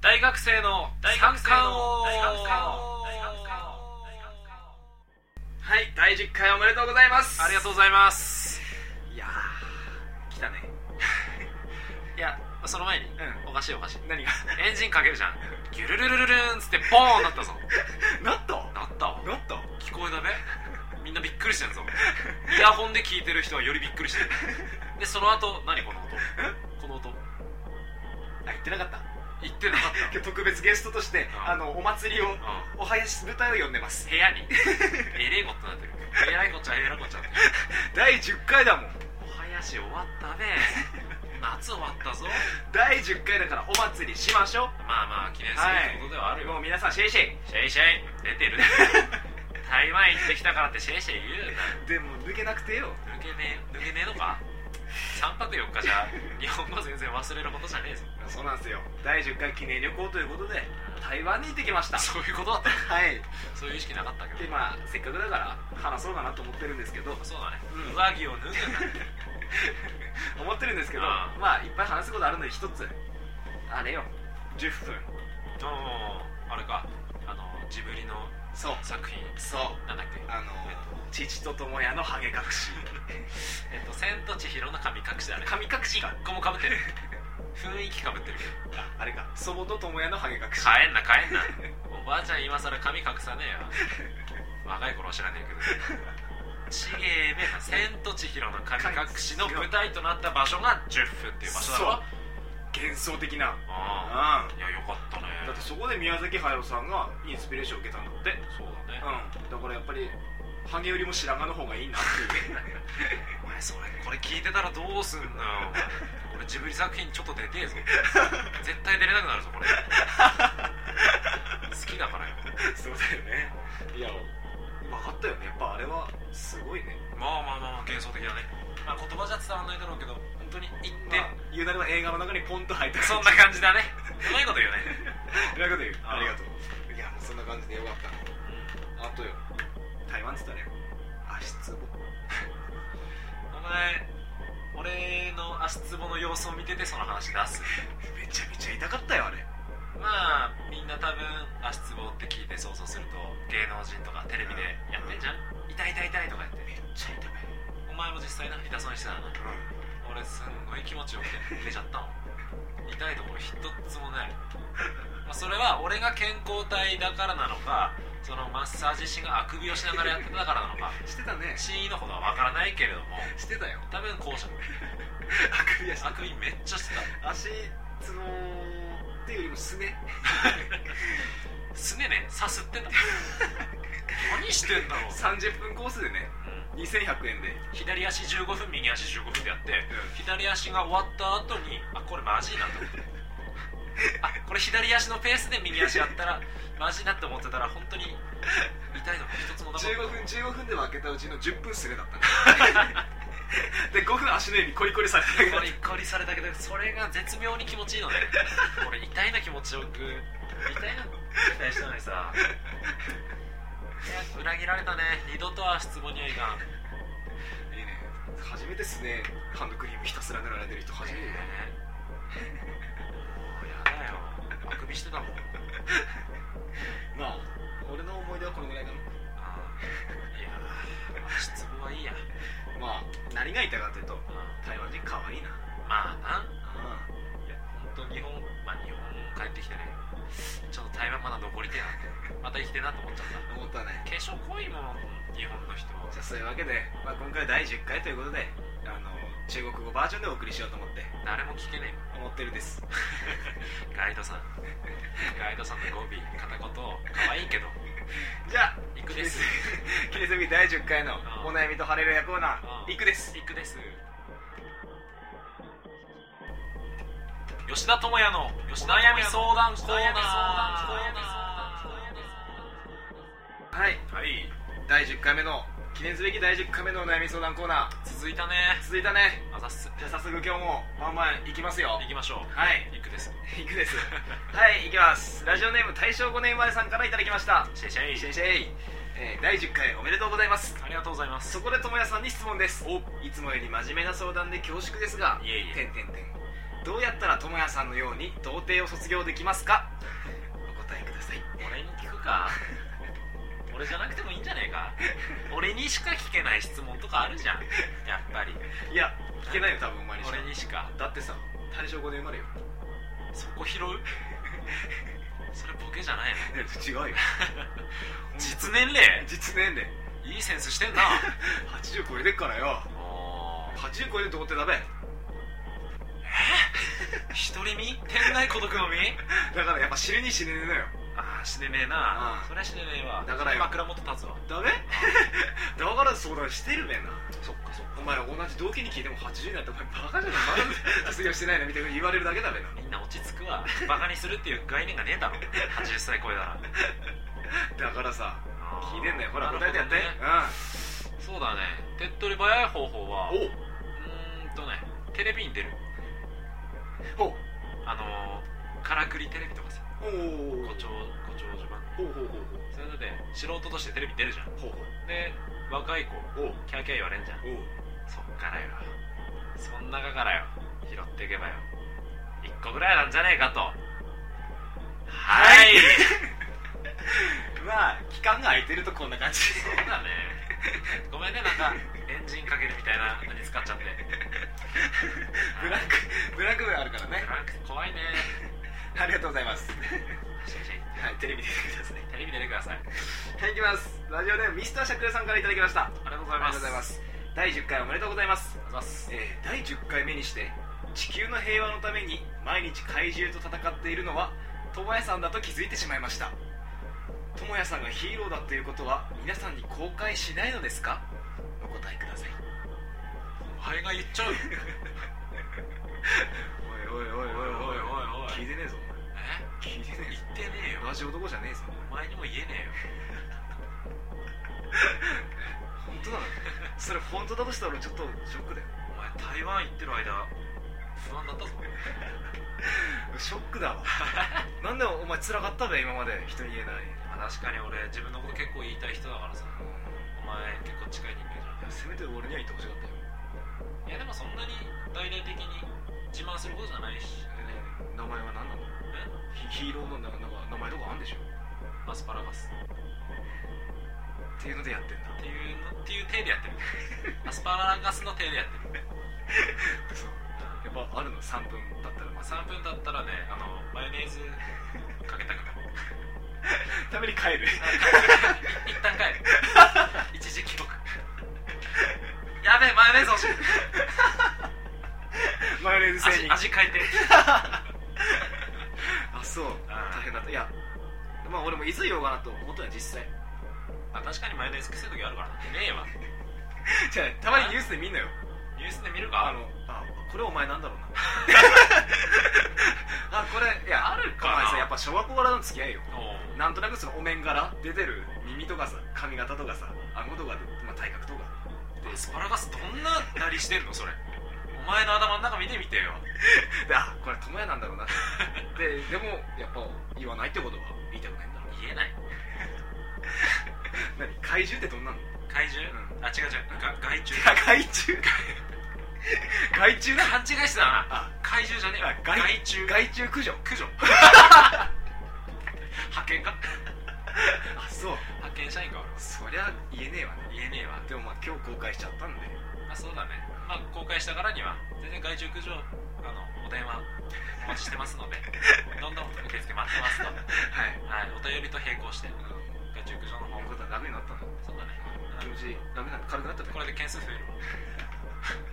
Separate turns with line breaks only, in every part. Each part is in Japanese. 大学生の
大学
三
生の
冠王
大学生の大学生のはい第10回おめでとうございます
ありがとうございます
ういやー来たね
いやその前に、
う
おかしいおかしい
何が
エンジンかけるじゃんギュルルルルルーンっつってボーンなったぞ
なった
なったわ
なった
聞こえだべみんなびっくりしてんぞ イヤホンで聞いてる人はよりびっくりしてるでその後何この音この音
あ言ってなかった
言ってなかっ
今日特別ゲストとして、
ん
あのお祭りを、
た、うん
お囃子舞台を呼んでます
部屋にえれいことになってるえらいこっちゃえらいこっちゃ
第10回 だもん
お囃子終わったべ夏終わったぞ
第10回だからお祭りしましょう
まあまあ記念すべきことではあるよ、
もう皆さんシェイシェイ
シェイシェイ出てる ね台湾行ってきたからってシェイシェイ言うな
でも抜けなくてよ
抜けねえ抜けねえのか3泊4日じゃ日本語全然忘れることじゃねえぞ
そうなんですよ第10回記念旅行ということで台湾に行ってきました
そういうことだった
はい
そういう意識なかったけ
で
ど
まあせっかくだから話そうかなと思ってるんですけど
そうだね、
うん
上着を脱ぐな
思ってるんですけど
ああ
まあいっぱい話すことあるので一つあれよ10分
おーあれかあのジブリの
そう
作品
そう
なんだっけ
あの父と友也のハゲ隠 し
えっと「千と千尋の神隠し」だね
神隠しか
1個もかぶってる雰囲気かぶってるけど
ああれか祖母と友也のハゲ隠し
帰んな帰んなおばあちゃん今さら髪隠さねえよ若い頃は知らねえけどちげえべ「千と千尋の神隠し」の舞台となった場所が10分っていう場所だろ
そう幻想的な
あ
う
あいやよかったね
んだってそこで宮崎駿さんがインスピレーションを受けたんだって
そうだね、
うんだからやっぱりハゲよりも白髪の方がいいなっていう
お前それこれ聞いてたらどうすんのよお前俺ジブリ作品ちょっと出 てえぞ絶対出れなくなるぞこれ好きだからよ
そうだよねいや分かったよねやっぱあれはすごいね
まあまあまあまあ幻想的だね、まあ、言葉じゃ伝わんないだろうけど本当に行って、
で、言うなれば映画の中にポンと入った
そんな感じだねうまいこと言うね、
じなこと言う
あー
ありがとういやもうそんな感じでよかったあとよ台湾っつったらよ足つぼ
お前俺の足つぼの様子を見ててその話出す
めちゃめちゃ痛かったよあれ
まあみんな多分足つぼって聞いて想像すると芸能人とかテレビでやってんじゃん痛い痛い痛いとかやって
めっちゃ痛い
お前も実際な痛そうにしてたな俺すんごい気持ちよくて出ちゃったの痛いところ一つもない、まあ、それは俺が健康体だからなのかそのマッサージ師があくびをしながらやってたからなのか
してたね
真意のほどはわからないけれども
してたよ
多分後者
あくびや
あくびめっちゃしてた
足つぼっていうよりもすね
すねねさすってた何してんだろう、
30分コースでね
う
2100円
ん
で
左足15分右足15分でやって左足が終わった後にあこれマジいなと思ってあこれ左足のペースで右足やったらマジいなって思ってたら本当に痛いのが一つもなかった
15分15分で分けたうちの10分すねだったね で5分足の指コリコリされてた
コ
け
リコリされたけどそれが絶妙に気持ちいいのね俺痛いな気持ちよく痛いな期待したのにさいや裏切られたね二度とは質問にはいかん
どいいね初めてすねハンドクリームひたすら塗られてる人初めてだよ
ねもうやだよあくびしてたもん
まあ俺の思い出はこのぐらいかな
あーいやー質問はいいや
まあ何が痛いかというと
うん
台湾人可愛いな
まあな
う
いや本当日本まあ日本帰ってきてねちょっと台湾まだ残りてえなまた生きてえなと思っちゃった
ん思ったね
化粧濃いもん日本の人
じゃあそういうわけで、まあ、今回第10回ということであの中国語バージョンでお送りしようと思って
誰も聞けねえよ
思ってるです
ガイドさん ガイドさんの語尾片言可愛いけど
じゃあ
行くです
記念すべき第10回のお悩みと晴れるやコーナ
うん
ーいくです
行くです吉田智也のお悩み相談コーナー
はい
はい
第10回目の記念すべき第10回目のお悩み相談コーナ
続いたね
ー続いたね
あざっす
じゃあ早速今日もワンワンいきますよ
行きましょう
はい
行くです
いくですはいいきますラジオネーム大正5年生まれさんからいただきました
シェイシェイ
シェイシェイ、えー第10回おめでとうございます
ありがとうございます
そこで智也さんに質問です
お
いつもより真面目な相談で恐縮ですが
いえいえ
点点点どうやったら智也さんのように童貞を卒業できますかお答えください
俺に聞くか俺じゃなくてもいいんじゃねえか俺にしか聞けない質問とかあるじゃんやっぱり
いや聞けないよ多分お前にしか
俺にしか
だってさ大正語で生まれよ
そこ拾うそれボケじゃないの
違う よ
実年齢
実年齢
いいセンスしてんな
80超えてっからよ
おー
80超えて童貞だべ
独り身天内孤独の身
だからやっぱ知りに死ねねえのよ
ああ死ねねえな
あー
そりゃ死ねねえわ
だからよ
枕元立つわ
ダメ だから相談してるべな
そっかそっ
お前同じ同期に聞いても80になってお前バカじゃないまだ卒業してないなみたいに言われるだけだべな
みんな落ち着くわバカにするっていう概念がねえだろ80歳超えだ
だからさ
な
聞いてんだよほら
なるほ
答
ど
えてやって、
ねそうだね手っ取り早い方法はうーんとねテレビに出る
うんおお
あのーからくりテレビとかさ
おお
ご長ご長寿番
ほうほうほう
それでね素人としてテレビ出るじゃん
ほうほう
で若い子
ほうおう
キャーキャー言われんじゃん
おう
そっからよそん中からよ拾っていけばよ一個ぐらいなんじゃねえかとはい
まあ期間が空いてるとこんな感じ
そうだねごめんねなんかエンジンかけるみたいなのに使っ ちゃって
ブラックブラックがあるからね
ブランク怖いね
ありがとうございます
シャイシャイ
はいテレビ出てください
テレビ出てください
はい、いきます。ラジオネームミスターシャクレさんからいただきました。あり
ありがとうございます
す。第10回おめでとうございま
あ
す。
りがとうございます
えー第10回目にして、地球の平和のために毎日怪獣と戦っているのは、ともやさんだと気づいてしまいました。ともやさんがヒーローだということは、皆さんに公開しないのですかお答えください。
お前が言っちゃうよ
おいおいおいおい
おいおいおい
聞いてねえぞ、お前
え
聞いてねえ
言
ぞ。
ってねえよ
同じ男じゃねえぞ、お前
お前にも言えね
本当なの それ本当だとしたら俺ちょっとショック だよ。
えよお前台湾行ってる間不安だったぞ
ショックだわなんでお前辛かったべ今まで人に言えない
まあ確かに俺自分のこと結構言いたい人だからさお前結構近い人間
い
じ
やせめて俺には言ってほしかったよ、
ゃんいやでもそんなに大々的に自慢することじゃないし
名前は何なの
え
ヒヒーローのななんか名前とかあんでしょ
アスパラガス
っていうのでやってんだ
っていうのっていう体でや ってるアスパラガスの体でやってる、
そう
う
やっぱあるの3分だったらま
ん、
あ
3分だったらねあのマヨネーズかけたくなる
ために帰る
一旦帰る一 時帰国やべえマヨネーズ欲しい
マヨネーズ製
味
にあ
味変えて
そう大変だったいやまあ俺もいつ言おうかなと思ったよ実際
あ確かにマヨネーズくせえ時あるからなねえわ
じゃあたまにニュースで見んなよ
ニュースで見るか
あのあこれお前なんだろうな あこれいや
あるかな
お前さやっぱ小学校からの付き合いよ
おう
なんとなくそのお面柄出てる耳とかさ髪型とかさ顎とかで、まあ、体格とか
アスパラガスどんななりしてんのそれお前の頭の中見てみてよ
であこれ友也なんだろうなででもやっぱ言わないってことは言いたくないんだろう
言えない
何怪獣ってどんなの
怪獣、
う
あ違う違うが 害虫
害虫害虫な
勘違いしてたな
あ
怪獣じゃねえわ
あ害
害虫
害虫駆除
駆除派遣か
あそう
派遣社員か俺は
そりゃ言えねえわね
言えねえわ
でもまあ今日公開しちゃったんで
まあそうだねまあ公開したからには全然害虫駆除あのお電話お待ちしてます のでどんどん受付待ってますと
はい
はいお便りと並行して害虫駆除の
こ
方
ういう
向
ことはダメになったの
そうだね
気持ちダメなの軽くなった
うんこ
ね
れで件数増 えるわ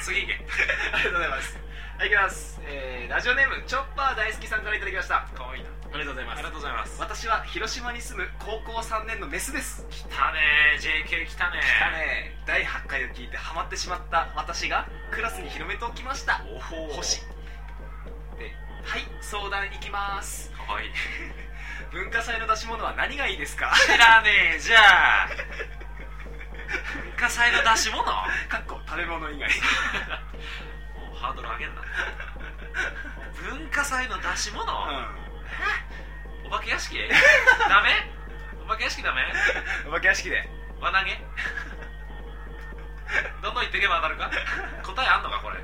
次行け
ありがとうございますはいいきます、えー、ラジオネームチョッパー大好きさんからいただきましたあ
かわいいな
りがとうござい
ありがとうございます
私は広島に住む高校3年のメスです
来たねー JK 来たね
だね第8回を聞いてハマってしまった私がクラスに広めておきました
おほー
星ではい相談行きます
かわいい
文化祭の出し物は何がいいですか
知らねえじゃあ文化祭の出し物もう
かっこ食べ物以外
ハードル上げんな文化祭の出し物、
う
お化け屋敷ダメお化け屋敷ダメ
んお化け屋敷で
輪投げどんどん言ってけば当たるか答えあんのかこれ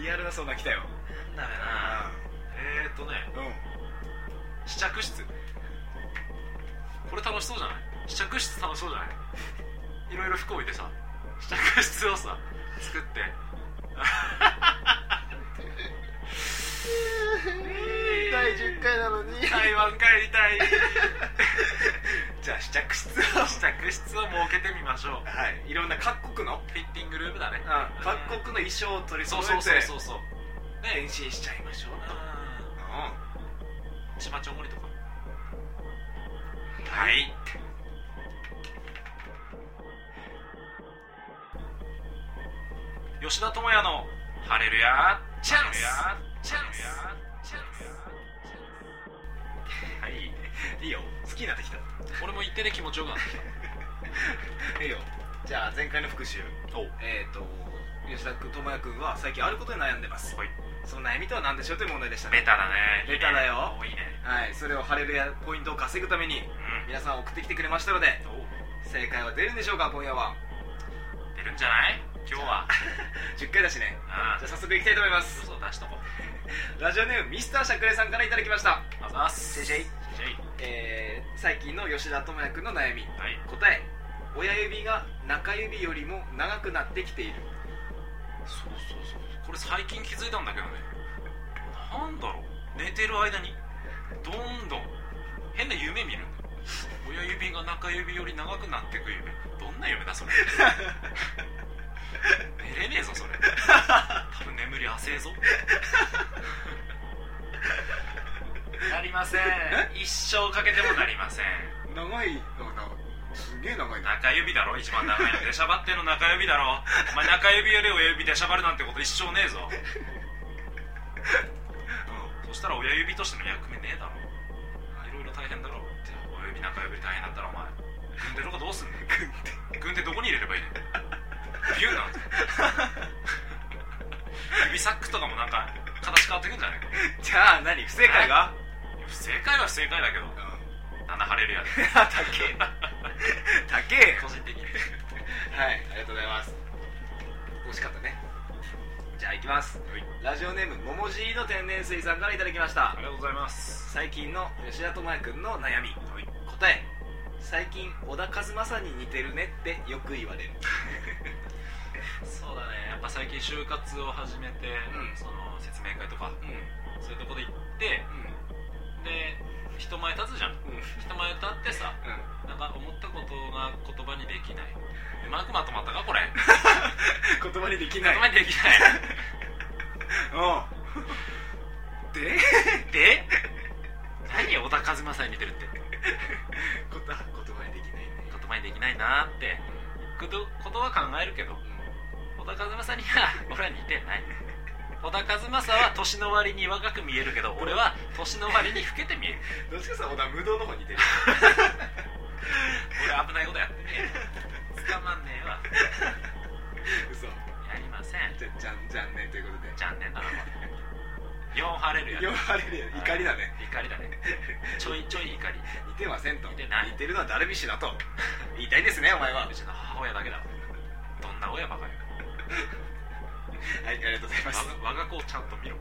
リアルな相談来たよ
なんだろうなえーっとね
うん
試着室これ楽しそうじゃない試着室楽しそうじゃないいろいろ服置いてさ試着室をさ作ってえー
第10回なのに
台湾帰りたい
じゃあ試着室 を
試着室を設けてみましょう
はいいろんな各国の
フィッティングルームだね
各国の衣装を取り
そ
揃
うそう
え
そう
て
そうそう
変
ね
身しちゃいましょう
うん
は
ちまちょもりとか
い
吉田智也のハレルヤチャンスチャンスチャン
はいいいよ好きになってきた
ス俺も言ってね気持ちよくなってき
いいよじゃあ前回の復習
たお
えっ、ー、と吉田君智也君は最近あることに悩んでます
はい
その悩みとは何でしょうという問題でした
ベ
ね
タだね
ベタだよ
多いいね
はいそれをハレルヤポイントを稼ぐために
うん
皆さん送ってきてくれましたので正解は出るんでしょうか今夜は
出るんじゃない今日は
10回だしね
あ
じゃあ早速いきたいと思います
嘘出しとこ
ラジオネームミスターしゃくれさんからいただきました
あざっす
シェイシェイ
シェイシ
えー、最近の吉田智也君の悩み
ェイはい
答え親指が中指よりも長くなってきている
そうそうそうこれ最近気づいたんだけどねなんだろう寝てる間にどんどん変な夢見るんだよ親指が中指より長くなってく夢どんな夢だそれ寝れねえぞそれ多分眠り浅えぞなりません一生かけてもなりません
長いのなすげえ長い
中指だろ一番長いの出しゃばってんの中指だろお前中指より親指出しゃばるなんてこと一生ねえぞそしたら親指としての役目ねえだろいろいろ大変だろって親指中指大変だったらお前軍手とかどうすんの軍手どこに入れればいいのビューなんて指サックとかもなんか形変わってくんじゃないか
じゃあ何不正解が
いや不正解は不正解だけど
うん
七晴れるやで
高え高え
個人的に
はいありがとうございます惜しかったねじゃあいきます
はい
ラジオネームももじいの天然水さんからいただきました
ありがとうございます
最近の吉田智也君の悩み答え最近小田和正に似てるねってよく言われる
そうだねやっぱ最近就活を始めて、
うん
その説明会とか
うん
そういうとこで行ってで人前立つじゃん
うんうん
人前立ってさなんか思ったことが言葉にできないうまくまとまったかこれ
言葉にでき
言
ない
葉にできない
うんで
で何よ小田和正に似てるって
こ言葉にできないね
言葉にできないなーってことことは考えるけど小田和正には 俺は似てない小田和正は年の割に若く見えるけど俺は年の割に老けて見える
どっちかさ小田無道の方に似て る
俺危ないことやってねえ捕まんねえわ
嘘
やりません
じゃじゃんじゃんねということで
じゃんねんだな4晴れるやつ
4晴れるよ怒りだね
怒りだねちょいちょい怒り
似てませんと似
てない
てるのはダルビッシュだと 言いたいですねお前はは
う
い
ちの母親だけだわどんな親ばかよ
ありがとうございますは
わ我が子をちゃんと見ろ
い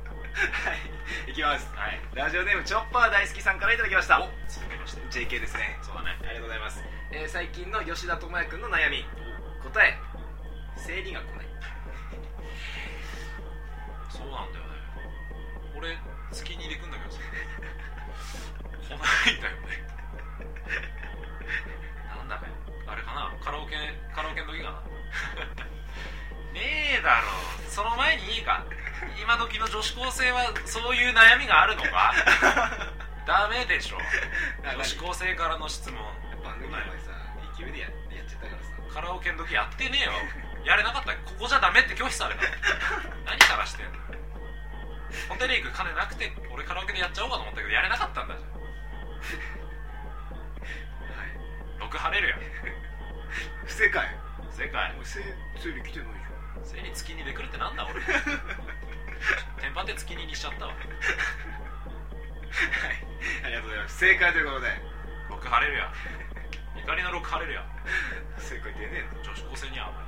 いきます
はい
ラジオネームチョッパー大好きさんからいただきました
お続きまして
JK ですね
そうだね
ありがとうございます、えー最近の吉田智也君の悩み答え生理が来ない
そうなんだよね俺月に入れくんだけどさ来ないんだよねなんだかよあれかなカラオケカラオケの時かなねえだろその前にいいか今時の女子高生はそういう悩みがあるの かダメでしょ
あ
女子高生からの質問
番組の前さ勢いでややっちゃったからさ
カラオケの時やってねえよやれなかったらここじゃダメって拒否された何探してんのホテル行く金なくて俺カラオケでやっちゃおうかと思ったけどやれなかったんだじゃ
はい
ん6晴れるやん
不正解
正解
もう生理来てないじ
生理月にでくるってなんだ俺テンパって月ににしちゃったわ
ゃんはいありがとうございます正解ということで
6晴れるや怒りの6晴れるや
不正解出ねえの
女子高生には甘い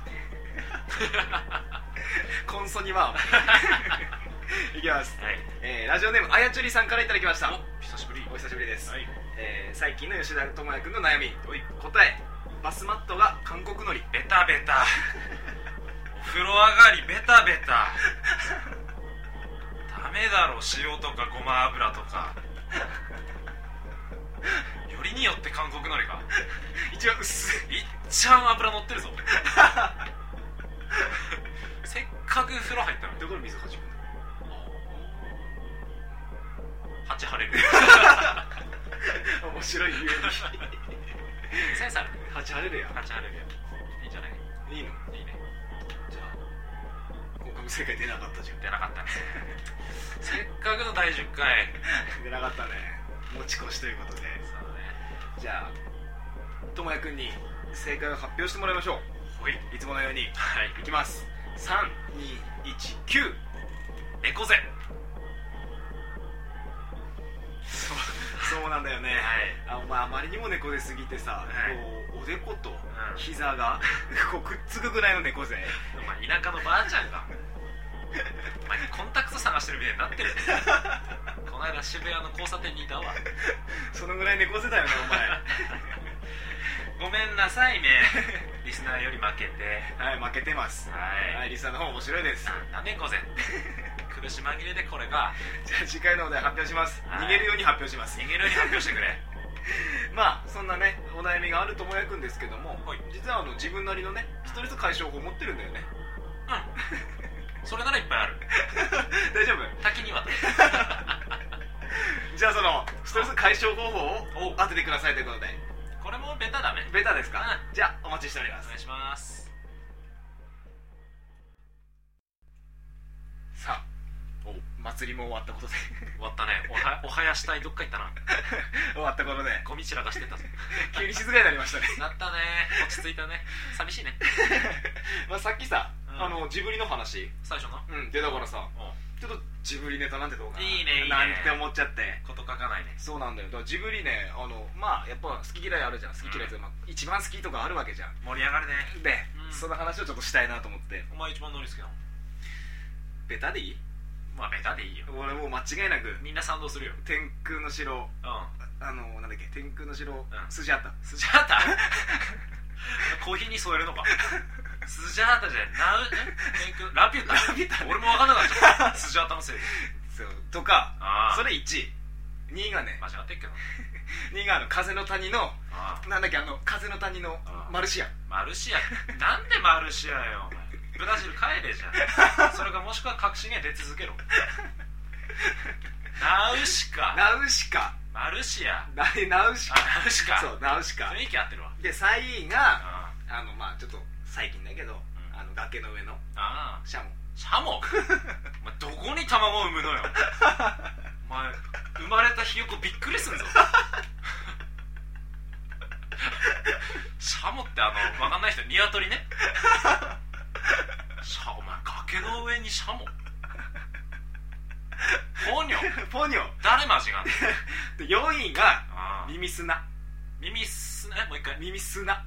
こコンソニは いきます、
はい
えーラジオネームあやちゅりさんからいただきました
お久しぶり
お久しぶりです、
はい
えー最近の吉田智也君の悩み答えバスマットが韓国のり
ベタベタお風呂上がりベタベタダメだろ塩とかごま油とかよりによって韓国のりか
一番薄い
いっちゃん油乗ってるぞせっかく風呂入ったのに
どこの水はじくの
鉢腫れる
面白いゆえに
センサー
鉢晴れるや
鉢腫れるよいいんじゃない
んいいの
いいね
じゃあ今回も正解出なかったじゃん
出なかったねせっかくの第10回
出なかったね持ち越しということで
そうだね
じゃあ智也君に正解を発表してもらいましょ
ほいう
いつものように
はい
いきます3219
猫背
そうそうなんだよね、あまあ、あまりにも猫背すぎて
はい
さ、こうおでこと
ん
膝が こうくっつくぐらいの猫背
お前田舎のばあちゃんがお前コンタクト探してるみたいになって るこの間渋谷の交差点にいたわ
そのぐらい猫背だよね
ごめんなさいねリスナーより負けて
お前はい負けてます
はい
リサの方面白いです
なんだ猫背苦し紛れでこれが
じゃあ次回のお題発表します
はい
逃げるように発表します
逃げるように発表してくれ
まあそんなねお悩みがあるともやくんですけども、
はい
実はあの自分なりのねストレス解消法持ってるんだよね
それならいっぱいある
大丈夫
滝には
じゃあそのストレス解消方法を
お
当ててくださいということで
これもベタだね
ベタですか
う
じゃあお待ちしておりま
お
す
願いします
さあ祭りも終わっ たことで
終わったねおはおはやしたいどっか行ったな
終わったことで
ゴミ散らかしてたぞ
急に静かになりま したね
なったね落ち着いたね寂しいね
まあさっきさ、
うん
あのジブリの話
最初の
うんでだからさ
お
ちょっとジブリネタなんてどうかない
いねいいね
なんて思っちゃって
こと書かないね
そうなんだよだからジブリねあのまあやっぱ好き嫌いあるじゃん好き嫌いって、まあ、一番好きとかあるわけじゃん
盛り上がるね
で、
うん
その話をちょっとしたいなと思って
お前一番ノリ好きなの
ベタでいい
まあベタでいいよ
俺もう間違いなく
みんな賛同するよ
「天空の城
うん」
あのなんだっけ「天空の城」
ん
筋あった
スジャータ コーヒーに添えるのかスジャータじゃないナウえ天空ラピュタ
ラピュタね
俺も分かんなか ったスジャータのせいで
そうとか
あ
そ
それ
れ1位2位がね
間違ってっけど
2位があの風の谷の
ああ
なんだっけあの風の谷の
あ
マルシア
マルシアなんでマルシアよお前ブラジル帰れじゃんそれかもしくは確信には出続け ろナウシカ
ナウシカ
マルシア
なナウシカ
あナウシカ
そうナウシカ
雰囲気合ってるわ
で3位が
あ
あのまあちょっと最近だけど、
ん
あの崖の上の
あ
シャモ
シャモお前どこに卵を産むのよお前生まれたひよこびっくりすんぞシャモってあのわかんない人ニワトリねシャお前崖の上にシャモポニョ
ポニョ
誰マジがんの
で4位が
あー
耳砂
耳すえもう一回
耳砂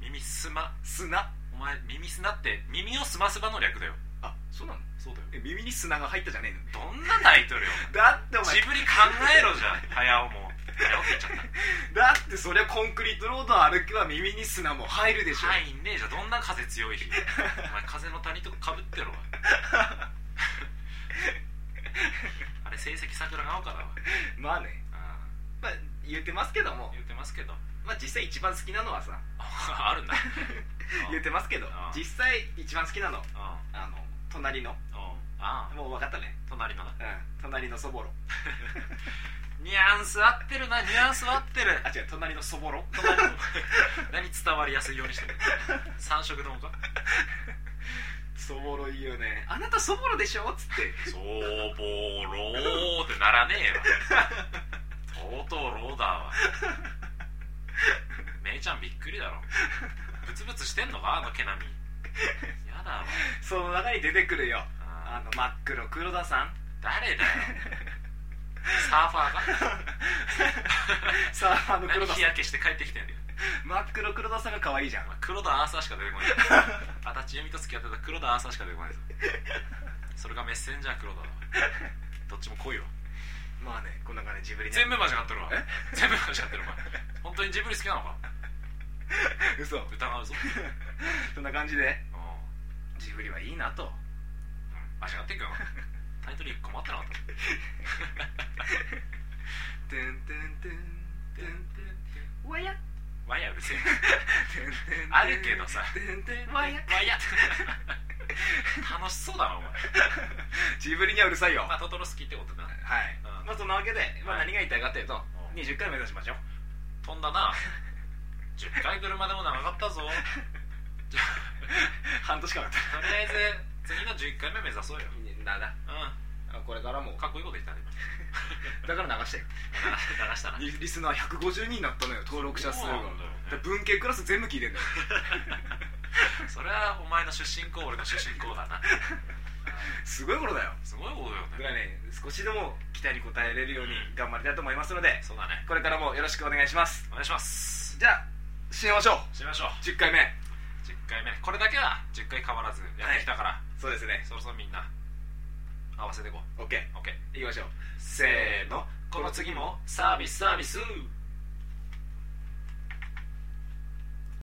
耳すま
砂
お前耳すなって耳をすませばの略だよ
あそうなの
そうだよ
え耳に砂が入ったじゃねえの
どんなタイトルよ
だってお前
ジブリ考えろじゃん早尾も早尾って言っちゃっ
だってそりゃコンクリートロードを歩けば耳に砂も入るでしょ、
たはいねえじゃんどんな風強い日お前風の谷とかぶ ってろおいあれ成績桜が青かだわ
まあね
あ
まあ言ってますけども
あ言ってますけど
まあ実際一番好きなのはさ
ああるん だ
言ってますけど
あ
実際一番好きなの
あ
あの隣の
あああ
もう分かったね
隣のだ
うん隣のそぼろ
ニュアンス合ってるなニュアンス合ってる
あ違う隣のそぼろ
隣の何伝わりやすいようにしてる三色丼か
そぼろいいよねあなたそぼろでしょっつって
そぼろーってならねえわとうとうローだわめいちゃんびっくりだろブツブツしてんのかあの毛並みやだわ
その中に出てくるよあ
あ
の真っ黒黒田さん
誰だよサーファーが
さああの
何
黒田さ
日
ん
焼けして帰ってきてんだよ
真っ黒黒田さんが可愛いじゃん
お前黒田アーサーしか出てこない足立由美と付き合ってた黒田アーサーしか出てこないですそれがメッセンジャー黒田だわどっちも濃いわ
まあねこんな感じでジブリね
全部間違ってるわ
え
全部間違ってるお前本当にジブリ好きなのか
嘘
疑うぞ
そんな感じで
うん
ジブリはいいなと
間違ってんけどなタイトル1個もあってなかった
てんてんてんてんわや
ワイヤーうるせえあ
ある
る
け
け
ど
ど
さ
さ
わや
ワイヤー楽しそうだなお前
ジブリにはうるさいよ
ま
は
あトトロ好きってことだないうん
まあそんなわけでまあ
はい
何が言いたいかというと
うん
20回目指しましょう
飛んだな10回車でも長かったぞじゃ
半年かかっ
あとりあえず次の11回目目指そうよ
ただな
う
あこれからも
んかっこいいこと言ったね今
だから流してよ
流したな
リリスナー150人になったのよ登録者数が
そうなんだよね
だから文系クラス全部聞いてんだよ
それはお前の出身校俺の出身校だな
すごいことだよ
すごいことよ
僕
ね
らね少しでも期待に応えれるように頑張りたいと思いますので
そうだね
これからもよろしくお願いします
お願いします
じゃあ締めましょう
しましょう
10回目
10回目これだけは10回変わらずやってきたから、
そうですね
そろそろみんな合わせていこう
OK
OK
いきましょう
せーのこの次もサービスサービス